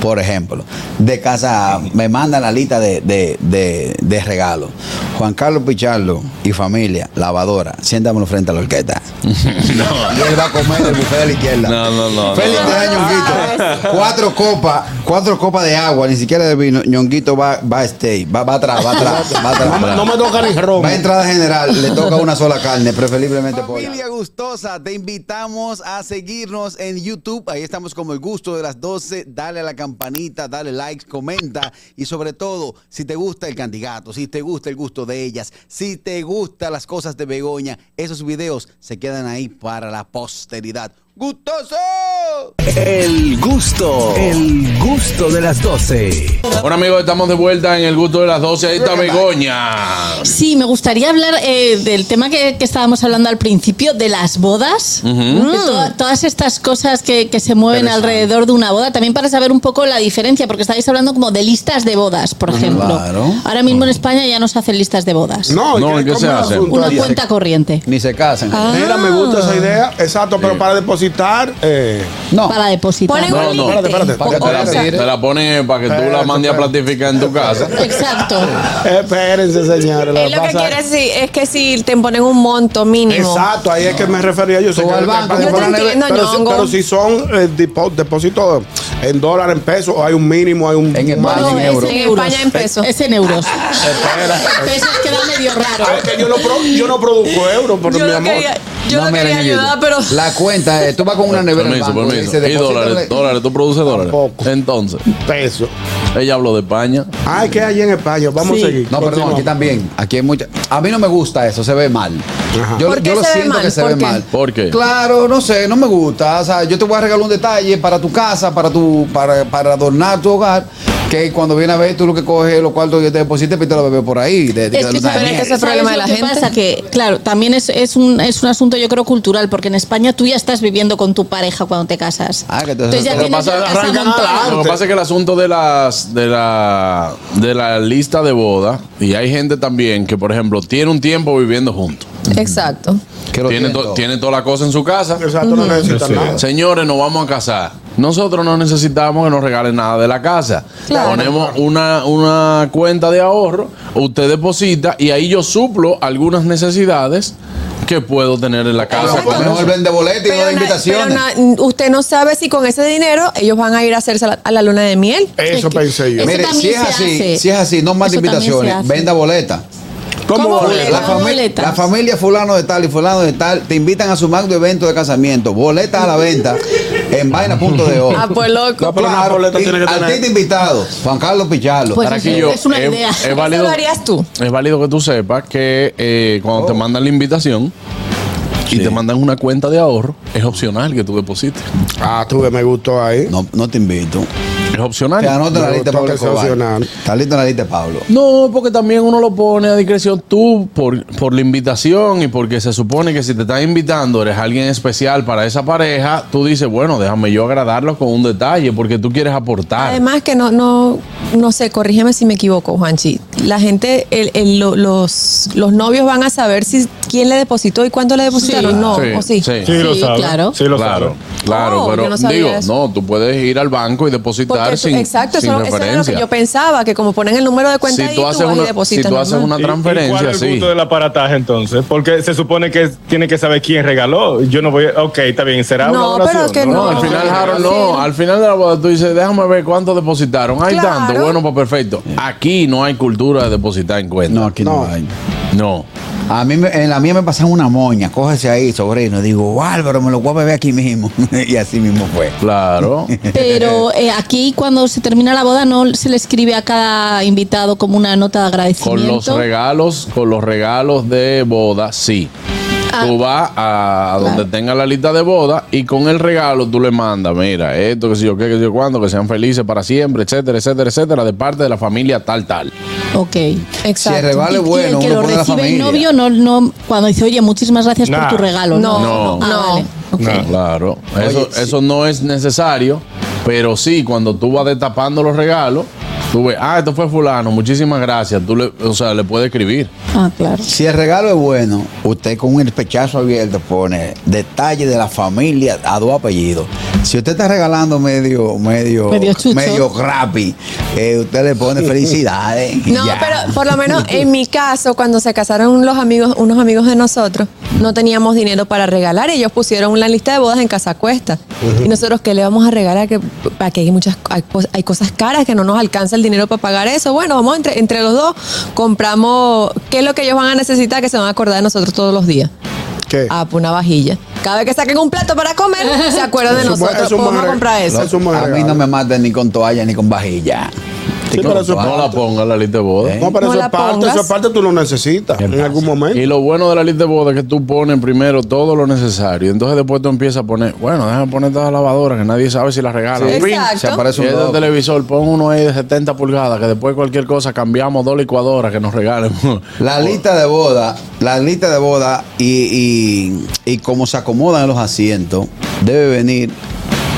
Por ejemplo, de casa me mandan la lista de, de, de, de regalos. Juan Carlos Pichardo y familia, lavadora, siéntamelo frente a la orquesta. Y él va a comer del buffet de la izquierda. No, no, no, Feliz no. cumpleaños, Ñonguito. Cuatro copas, cuatro copas de agua, ni siquiera de vino. Ñonguito va, va a stay, va, va atrás, va atrás, va atrás. No, me toca ni romo. Va a entrada general, le toca una sola carne, preferiblemente pollo. Familia gustosa, te invitamos a seguirnos en YouTube. Ahí estamos como el gusto de las 12. Dale a la campanita, dale like, comenta. Y sobre todo, si te gusta el candidato, si te gusta el gusto de ellas, si te gustan las cosas de Begoña, esos videos se quedan ahí para la posteridad. ¡Gustoso! El gusto, el gusto de las 12. Bueno, amigos, estamos de vuelta en el gusto de las 12. Ahí está Begoña. Sí, me gustaría hablar eh, del tema que, que estábamos hablando al principio, de las bodas. De to- todas estas cosas que, que se mueven alrededor de una boda. También para saber un poco la diferencia, porque estáis hablando como de listas de bodas, por ejemplo. Claro. Ahora mismo en España ya no se hacen listas de bodas. No, No, ¿y ¿qué cómo se es el hace? asunto? Una Oye, cuenta corriente. Ni se casan. Ah. Mira, me gusta esa idea. Exacto, pero para depositar. eh, No. Para depositar. Ponen No, un no. límite. Espérate, Te espérate. la, O sea- te la ponen para que tú la Espérate, mandes a espérate. platicar en tu casa. Exacto. Espérense, señores. Él lo que pasa- quiere decir es que si te ponen un monto mínimo. Exacto, ahí es que me refería yo. sé Tú que al lo que banco, pasa yo por te la neve- entiendo, pero, si, Ñongo. pero si son eh, dipo- depósitos en dólar, en pesos, hay un mínimo, hay un En el máximo. banco, en es euros. en España en pesos. Es en euros. Espera. Pesos queda medio raro. Ah, es que yo no, pro- yo no produzco euros, pero Yo mi no amor. quería, yo no mira, quería Ñonguito, ayudar, pero. La cuenta es, tú vas con una nevera al Permiso, banco y permiso. dices, Y dólares, deposítame- dólares, tú produces dólares. Tampoco. Entonces, Peso. ella habló de España. Ah, es que allí en España. Vamos Sí. a seguir. No, perdón, aquí también. Aquí hay mucha. A mí no me gusta eso, se ve mal. Ajá. Yo, ¿Por yo qué lo se ve siento mal? que se ¿Por ve qué? mal. ¿Por qué? Claro, no sé, no me gusta. O sea, yo te voy a regalar un detalle para tu casa, para tu, para, para adornar tu hogar, que cuando viene a ver tú lo que coges, lo cual tú yo te deposites, pito la bebé por ahí. de- de- Es que, de- ¿sabes- Pero es que ese es el ¿sabes problema de lo la que gente? pasa? Que, claro, también es, es, un, es un asunto, yo creo, cultural, porque en España tú ya estás viviendo con tu pareja cuando te casas. Ah, que te- Entonces ya lo que tienes pasa- la casa arrancan a montada. la- Lo que pasa es que el asunto de las de la de la lista de boda y hay gente también que por ejemplo tiene un tiempo viviendo juntos. Exacto. que lo Tiene, tienen to- todo. tiene toda la cosa en su casa. Exacto, no necesitan nada. Señores, nos vamos a casar. Nosotros no necesitamos que nos regalen nada de la casa. Claro. Ponemos una, una cuenta de ahorro, usted deposita y ahí yo suplo algunas necesidades que puedo tener en la Ah, casa. pues mejor vende boleto y no da na- invitaciones. pero na- usted no sabe si con ese dinero ellos van a ir a hacerse a la, a la luna de miel. Eso Es que- pensé yo. Eso Mire, si también es se así, hace. si es así, no más Eso también se invitaciones, hace. venda boleta. ¿Cómo boleta? La, fami- boletas. la familia fulano de tal y fulano de tal te invitan a su magno evento de casamiento. Boletas a la venta en vaina.de. Ah, pues loco. No, pero una boleta tiene que tener. Artista invitado, Juan Carlos Pichardo. Pues Para eso que yo- es una es- idea. es Eso válido- lo harías tú. Es válido que tú sepas que eh, cuando te mandan la invitación y te mandan una cuenta de ahorro, es opcional que tú deposites. Ah, tuve, me gustó ahí. No, no te invito. Es Te opcional. anota la Me lista de gustó Pablo que Escobar. sancionaron. Está listo en la lista de Pablo. No, porque también uno lo pone a discreción tú por, por la invitación y porque se supone que si te están invitando eres alguien especial para esa pareja, tú dices, bueno, déjame yo agradarlos con un detalle porque tú quieres aportar. Además que no, no, no sé, corrígeme si me equivoco, Juanchi. La gente, el- el- lo- los, los novios van a saber si quién le depositó y cuánto le depositaron. Sí. no, o sí. Sí, lo Sí, sabe. claro. Sí, lo claro, sabe. claro, Oh, pero yo no sabía digo, eso. no, tú puedes ir al banco y depositar Porque tú- sin, exacto, sin eso, eso era lo referencia. que yo pensaba, que como ponen el número de cuenta si ahí, tú haces vas y una, si depositas. tú haces normal. una ¿Y- y ¿Cuál transferencia, es el sí. punto del aparataje entonces? Porque se supone que tiene que saber quién regaló. Yo no voy. a- Ok, está bien, será una No, donación, pero que No, No, al final, no, Harold, sí. no. Al final de la boda tú dices, déjame ver cuánto depositaron. Hay Claro. tanto. Bueno, pues perfecto. Aquí no hay cultura de depositar en cuenta. No, aquí no, No. hay. No. A mí, me- en la mía me pasan una moña. Cógese ahí, sobrino. Digo, Álvaro, me lo voy a beber aquí mismo. y así mismo fue. Claro. Pero eh, aquí cuando se termina la boda no se le escribe a cada invitado como una nota de con agradecimiento. los regalos, con los regalos de boda, sí. Ah. Tú vas a, a donde Claro. tenga la lista de boda y con el regalo tú le mandas, mira, esto, que sé yo qué, que sé yo cuándo, que sean felices para siempre, etcétera, etcétera, etcétera, de parte de la familia tal, tal. Ok. Si el Exacto. regalo es Y- bueno, y el que uno lo pone a la recibe el familia. novio no, no cuando dice, oye, muchísimas gracias Nah. por tu regalo. No, No. Ah, No. vale. Ok. Claro, Oye, eso, sí. eso no es necesario, pero sí, cuando tú vas destapando los regalos, Tú ves, ah, esto fue fulano, muchísimas gracias. Tú le, o sea, le puedes escribir. Ah, claro. Si el regalo es bueno, usted con un pechazo abierto pone detalle de la familia a dos apellidos. Si usted está regalando medio, medio, Medio chucho. medio crappy, eh, usted le pone felicidades. y No, ya. pero pues, por lo menos en mi caso, cuando se casaron los amigos, unos amigos de nosotros, no teníamos dinero para regalar. y Ellos pusieron una lista de bodas en casa cuesta. Y nosotros, ¿qué le vamos a regalar? Que, para que hay muchas hay, cos- hay cosas caras que no nos alcanza el dinero para pagar eso. Bueno, vamos entre, entre los dos, compramos qué es lo que ellos van a necesitar que se van a acordar de nosotros todos los días. ¿Qué? Ah, pues una vajilla. Cada vez que saquen un plato para comer, se acuerdan de Eso es buen- nosotros. eso es buen Vamos a reg- comprar eso. eso es un buen a mí regalo. no me maten ni con toalla ni con vajilla. Sí, pero eso es No la parte. ponga en la lista de boda. ¿Eh? No, pero No eso la es parte, pongas. eso es parte, tú lo necesitas en algún momento. Y lo bueno de la lista de boda es que tú pones primero todo lo necesario. Entonces después tú empiezas a poner, bueno, déjame poner todas las lavadoras que nadie sabe si las regalan. Sí. Pin, Exacto. Se aparece un Y es del loco. televisor, pon uno ahí de 70 pulgadas, que después cualquier cosa cambiamos dos licuadoras que nos regalen. La lista de boda, la lista de boda y, y, y cómo se acomodan los asientos debe venir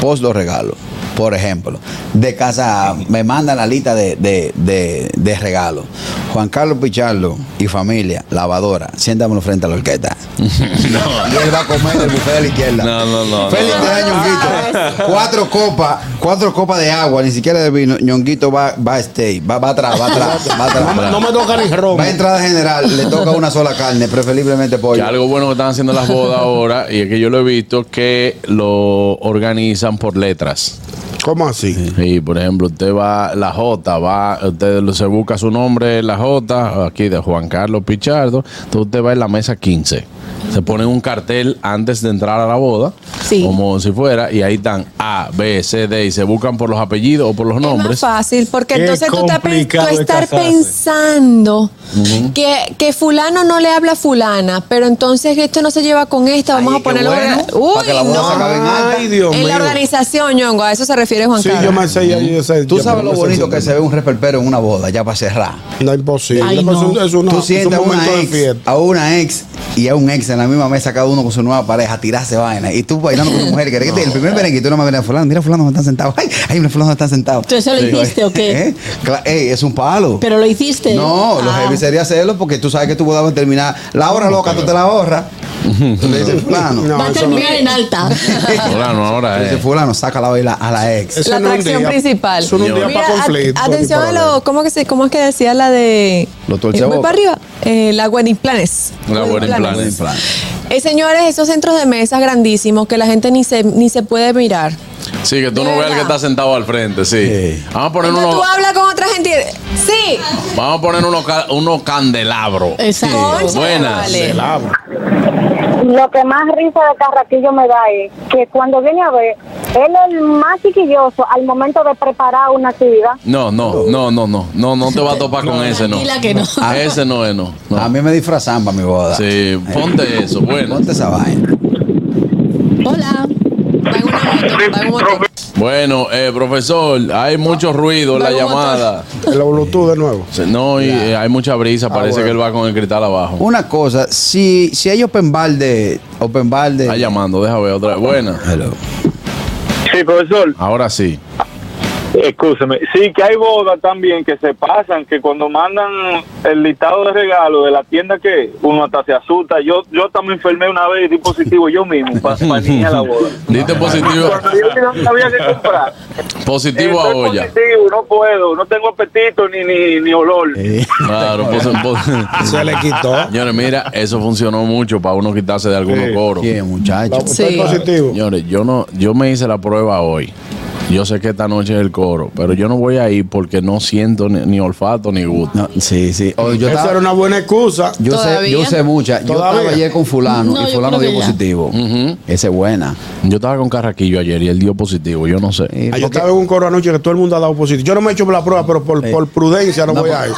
post los regalos. Por ejemplo, de casa me mandan la lista de, de, de- de regalos. Juan Carlos Pichardo y familia, lavadora, siéntamelo frente a la orquesta. Y él va a comer en el buffet de la izquierda. No, no, no, Feliz no. cumpleaños, Ñonguito. Cuatro copas, cuatro copas de agua, ni siquiera de vino. Ñonguito va, va a stay, va, va atrás, va atrás, va atrás. No, me- no me toca ni ron. Va a entrada general, le toca una sola carne, preferiblemente Que pollo. algo bueno que están haciendo las bodas ahora, y es que yo lo he visto, que lo organizan por letras. ¿Cómo así? Y por ejemplo, usted va, la J, va, usted lo- se busca su nombre, la J, aquí de Juan Carlos Pichardo, entonces usted va en la mesa 15. Se pone un cartel antes de entrar a la boda, Sí. como si fuera, y ahí están A, B, C, D, y se buscan por los apellidos o por los nombres. Es más fácil, porque Qué entonces tú, estás pen- tú complicado es estar casarse. pensando que, que fulano no le habla a fulana, pero entonces este no se lleva con esta, vamos Ay, a qué ponerlo... bueno, para que la Uy, boda se no. acabe. Ay, Dios En mío. la organización, Ñongo, a eso se refiere Juan Sí, yo Carlos. me sé, ya- yo sé. Tú ya sabes me lo sé bonito ese que se ve un reperpero en una boda, ya para cerrar. No, imposible. Ay, Pues no. es un- es una- Tú es sientes a un una, momento de ex, fiesta. a una ex y a un ex en la misma mesa, cada uno con su nueva pareja, a tirarse vaina. Y tú bailando con tu mujer, que el primer merenguito no me mira fulano, mira fulano no están sentados. Ay, ay, mira fulano no están sentados. ¿Tú eso lo Digo, hiciste o qué? ¿eh? Cla- Ey, es un palo. Pero lo hiciste. No, lo Ah. heavy sería hacerlo porque tú sabes que tu boda va a terminar. La hora loca, tú te la ahorras. Tú le dices, fulano. No, Va a eso terminar no- en alta. Ahora no, ahora eh. Le es. dices, fulano, saca la baila a la ex. eso La no es un atracción día- principal. Eso no es un día Mira, para at- conflicto. atención ni a para lo, ¿cómo, que se, ¿cómo es que decía la de... Lo tuerce eh, voy boca. para arriba, Eh, la wedding planes. La wedding En planes. plan. Eh, señores, esos centros de mesas grandísimos que la gente ni se, ni se puede mirar. Sí, que tú no De veas al que verdad. está sentado al frente, sí. Sí. Vamos a poner Entonces unos, tú hablas con otra gente y- Sí. vamos a poner unos, ca- unos candelabros. Exacto. Concha, Buenas. vale. Lo que más risa de Carraquillo me da es que cuando viene a ver, él es el más chiquilloso al momento de preparar una actividad. No, no, no, no, no, no, no te va a topar con ese, no. Tranquila que no. Ese no es, no. no. A mí me disfrazan para mi boda. Sí, ponte eso, buenas. Ponte esa vaina. Hola. Va en una moto, va en un moto. Bueno, eh, profesor, hay mucho ruido en la Dale un motor. llamada. El Bluetooth de nuevo. Se- No, y, eh, hay mucha brisa, parece Ah, bueno. que él va con el cristal abajo. Una cosa, si, si hay open bar de. Open bar de. Está llamando, déjame ver otra vez. Buena, Hello. Sí, profesor, ahora sí. escúchame. Sí, que hay bodas también que se pasan, que cuando mandan el listado de regalo de la tienda que uno hasta se asusta. Yo yo hasta me enfermé una vez y di positivo yo mismo para niña la boda. Diste positivo, Cuando yo no sabía qué comprar. positivo a Estoy olla. positivo, no puedo, no tengo apetito ni, ni, ni olor. Eh, Claro, pos- pos- Se le quitó. Señores, mira, eso funcionó mucho para uno quitarse de algunos ¿Ah? Sí. coros. Bien, muchacho. Está Sí. positivo. Señores, yo no, yo me hice la prueba hoy. Yo sé que esta noche es el coro, pero yo no voy a ir porque no siento ni, ni olfato ni gusto. No, sí, sí. O yo Esa era estaba. una buena excusa. Yo sé, ¿Todavía? yo sé muchas. Yo ¿Todavía? estaba ayer con fulano No, y yo fulano creo que dio ya. positivo. Esa es buena. Yo estaba con Carraquillo ayer y él dio positivo, yo no sé. Sí, Ah, porque- yo estaba en un coro anoche que todo el mundo ha dado positivo. Yo no me he hecho la prueba, pero por, por prudencia no, voy a ir.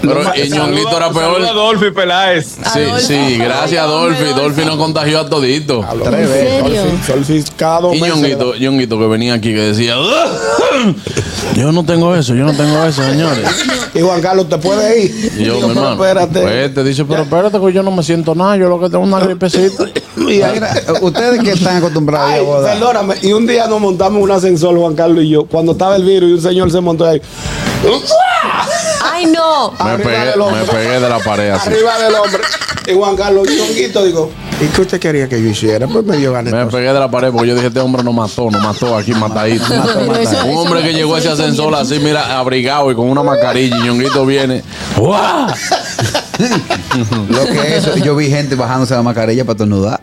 Pero el ñonguito era Saluda a peor. Dolphy Peláez. Sí, Adolfo. sí, gracias Ay, Dolphy. hombre, Dolphy. Dolphy nos contagió a todito. Tres ¿En veces. serio? Solficado. Y Ñonguito, Ñonguito que venía aquí que decía, "Ugh, yo no tengo eso, yo no tengo eso, señores. Y Juan Carlos, ¿te puedes ir? Y yo, Digo, mi pero hermano, espérate. pues, te dice, pero espérate que yo no me siento nada, yo lo que tengo es una gripecita. Y ahí- Mira, Eh, ustedes que están acostumbrados a Ay, ir a boda. perdóname. Y un día nos montamos en un ascensor, Juan Carlos y yo, cuando estaba el virus y un señor se montó ahí. ¡Ay, no! Me Arriba pegué, del hombre. me pegué de la pared así. Arriba del hombre. Y Juan Carlos, chonguito, digo, ¿y qué usted quería que yo hiciera? Pues me dio ganas. Me pegué de la pared porque yo dije, este hombre no mató, no mató aquí, matadito. Pero eso- un eso hombre no- que llegó a ese eso hizo ascensor mierda. así, mira, abrigado y con una mascarilla, y Ñonguito viene. ¡Guau! Lo que es eso, yo vi gente bajándose la mascarilla para tornudar.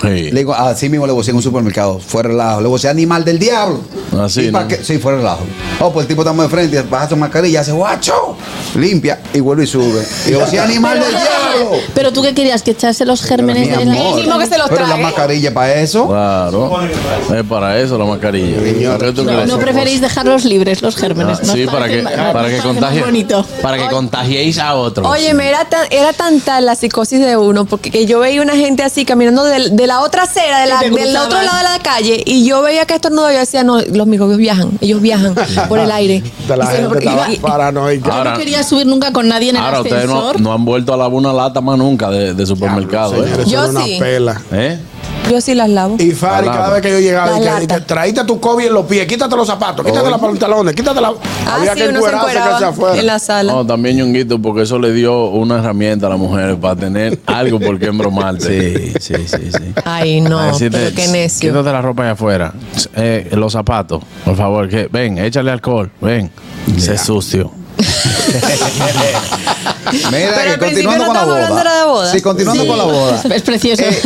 Sí. Le digo, así mismo le vocé en un supermercado. Fue relajo. Le vocé animal del diablo. Así, ¿Y pa' Ah, ¿no? qué? Sí, fue relajo. Oh, pues el tipo está muy de frente, baja su mascarilla, hace guacho, limpia y vuelve y sube. Y yo, vocé animal del diablo. Pero tú qué querías, que echase los gérmenes Pero, de mi la... amor, Mínimo que se los Pero la trague. mascarilla para eso. Claro. Es para eso la mascarilla. Señor. ¿Qué tú No, crees? no preferís dejarlos libres los gérmenes. Ah, ¿no? sí, para que, para que más contagie- bonito. para que contagiéis a otros. Oye, me era, tan, era tanta la psicosis de uno, porque que yo veía una gente así caminando del- de, la otra acera, de la- Y te del cruzabas. otro lado de la calle, y yo veía que estornudaba, yo decía, no, los microbios viajan, ellos viajan por el aire. De la Y se- gente estaba y- y- paranoica. Yo Ahora- no quería subir nunca con nadie en el Ahora ustedes no, ascensor. no han vuelto a lavar una lata más nunca de, de supermercado. Señores, ¿eh? eso Yo era una sí. pela. ¿Eh? yo sí las lavo. Y Fari, La cada lata. vez que yo La llegaba, dije, lata. dije, traíste tu COVID en los pies, quítate los zapatos, quítate los pantalones, quítate la. Ah, sí, uno se encuerarse que encueraba sea afuera. en la sala. No, también Ñonguito, porque eso le dio una herramienta a las mujeres para tener algo por qué embromarte. Sí, sí, sí, sí. Ay, no, Ah, Decirte, pero qué necio. Quítate la ropa allá afuera, eh, los zapatos, por favor, que ven, échale alcohol, ven, sé sucio. Mira, Pero al que principio continuando no con la estamos boda. hablando de la boda. Sí, continuando Sí. con la boda. Es precioso. Eh,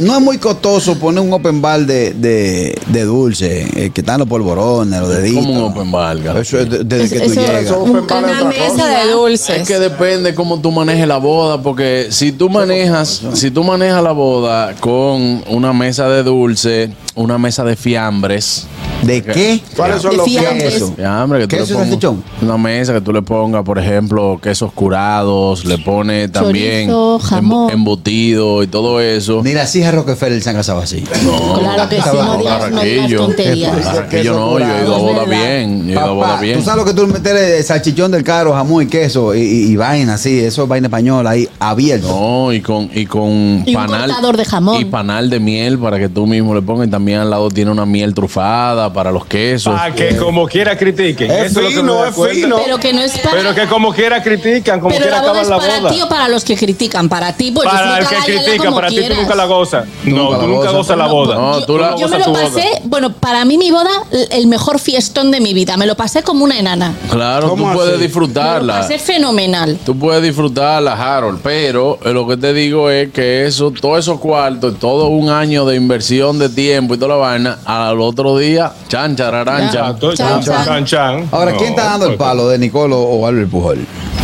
no es muy costoso poner un open bar de, de, de dulce, eh, que están los polvorones, los deditos. Como un open bar, cara. Eso es de- desde Eso- que tú eso- llegas. Eso- Nunca Una mesa de Es dulces. que depende cómo tú manejes la boda, porque si tú manejas, si tú manejas la boda con una mesa de dulce, una mesa de fiambres, ¿De qué? ¿Cuáles son De los fiambres. pies? Eso. Ya, hombre, que tú ¿Qué le es eso, pongas salchichón? una mesa que tú le pongas, por ejemplo, quesos curados, le pone también Chorizo, embu- jamón. embutido y todo eso. Ni la cija Rockefeller se han casado así. claro que sí, no digas, no digas Carraquillo. tonterías. Carraquillo no, yo he ido a Es boda verdad. bien, yo he ido a boda Papá, bien. tú sabes lo que tú meter eh, salchichón del caro, jamón y queso y, y- y vaina así, eso es vaina española ahí abierto. No, y con, y con Y un cortador de jamón. Y panal de miel para que tú mismo le pongas. Y también al lado tiene una miel trufada para los quesos. Para que como quiera critiquen. Es Eso es lo que me fino, da es cuenta. fino. Pero que no es para... Pero que como quiera critican, como Pero quiera la boda acaban es la para boda. ti pues, o para los que critican. Para ti, pues Para el que disfrútala y hazla critica, como para ti tú quieras. nunca la gozas. No, nunca tú la nunca gozas. gozas la No, boda. No, yo, tú la- yo me gozas lo tu boda. pasé, bueno, para mí mi boda, l- el mejor fiestón de mi vida. Me lo pasé como una enana. Claro, tú ¿Cómo puedes así? Me lo disfrutarla. pasé fenomenal. Tú puedes disfrutarla, Harold, pero eh, lo que te digo es que eso, todos esos cuartos, todo un año de inversión de tiempo y toda la vaina, al otro día, chan, chararán, Ya. chan. Exacto, Chan, chan, chan. chan, chan. Ahora, No, ¿quién está dando el pues, palo de Nicolo o Albert Pujol?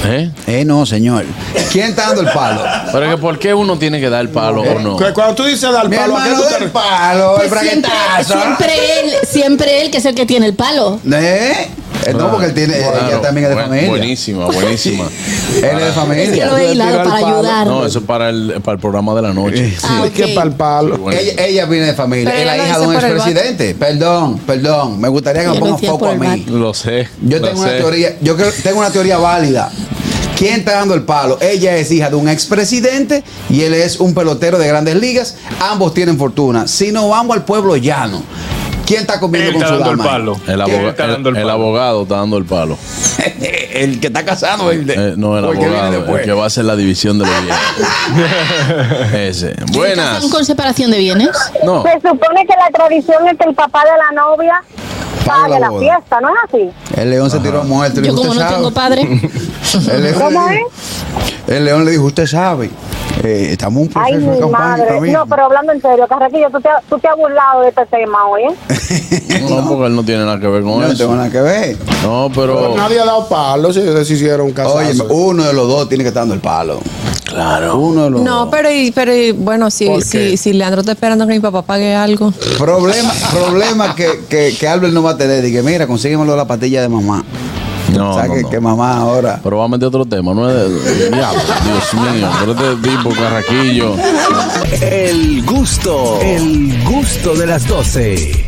¿Eh? Eh, no, señor. ¿Quién está dando el palo? Pero es que ¿por qué uno tiene que dar el palo o no? Que Cuando tú dices dar Mi palo, ¿a qué hermano tú te del palo, el Pues siempre, braguetazo. siempre él, siempre él que es el que tiene el palo. ¿Eh? Eh, No, porque él tiene, ella Claro, también es de buen- familia. Buenísima, buenísima. Él es de Es que familia. lo he hilado tirar el para palo. ayudar. No, eso es para el, para el programa de la Eh, noche. Ah, refieres? ok. Que para el palo. Bueno, Ella, ella viene de familia, Pero es la ella lo hija de dice un por el expresidente. Perdón, perdón, me gustaría que Ella me lo pongan decía foco por a el mí. back. Lo sé. Yo lo tengo una sé. teoría, yo creo, tengo una teoría válida. ¿Quién está dando el palo? Ella es hija de un expresidente y él es un pelotero de grandes ligas. Ambos tienen fortuna. Si no, vamos al pueblo llano. ¿Quién está comiendo Él con está su dando el dama? palo. El, ¿Quién aboga- está el- dando el el palo? abogado está dando el palo. el que está casado. El de- Eh, no, el o que viene abogado. después. El que va a hacer la división de los bienes. Ese. Buenas. ¿Casan con separación de bienes? No. Se supone que la tradición es que el papá de la novia Paga la pague la boda. fiesta, ¿no es así? El león se tiró muerto. le Yo dijo, como "Usted no sabe". tengo padre. El león, ¿Cómo le dijo- el león le dijo, usted sabe, eh, estamos en un proceso Ay, de mi campaña ahora madre. mismo". No, pero hablando en serio, Carraquillo, tú te, tú te has burlado de este tema hoy, ¿eh? No, porque él no tiene nada que ver con No eso. tengo nada que ver. No, pero. Pero nadie ha dado palo si ellos se hicieron casados. Oye, uno de los dos tiene que estar dando el palo. Claro. Uno de los No, dos. pero, y- pero y, bueno, si, ¿Por si, qué? si Leandro está esperando que mi papá pague algo. Problema, problema que, que, que Albert no va a tener. Dije, mira, consíguemelo la patilla de mamá. No, ¿Sabes no, que, no. que mamá ahora? Pero va a meter otro tema, ¿no? es- Diablo, Dios mío. Pero este tipo, carraquillo. El gusto, el gusto de las 12.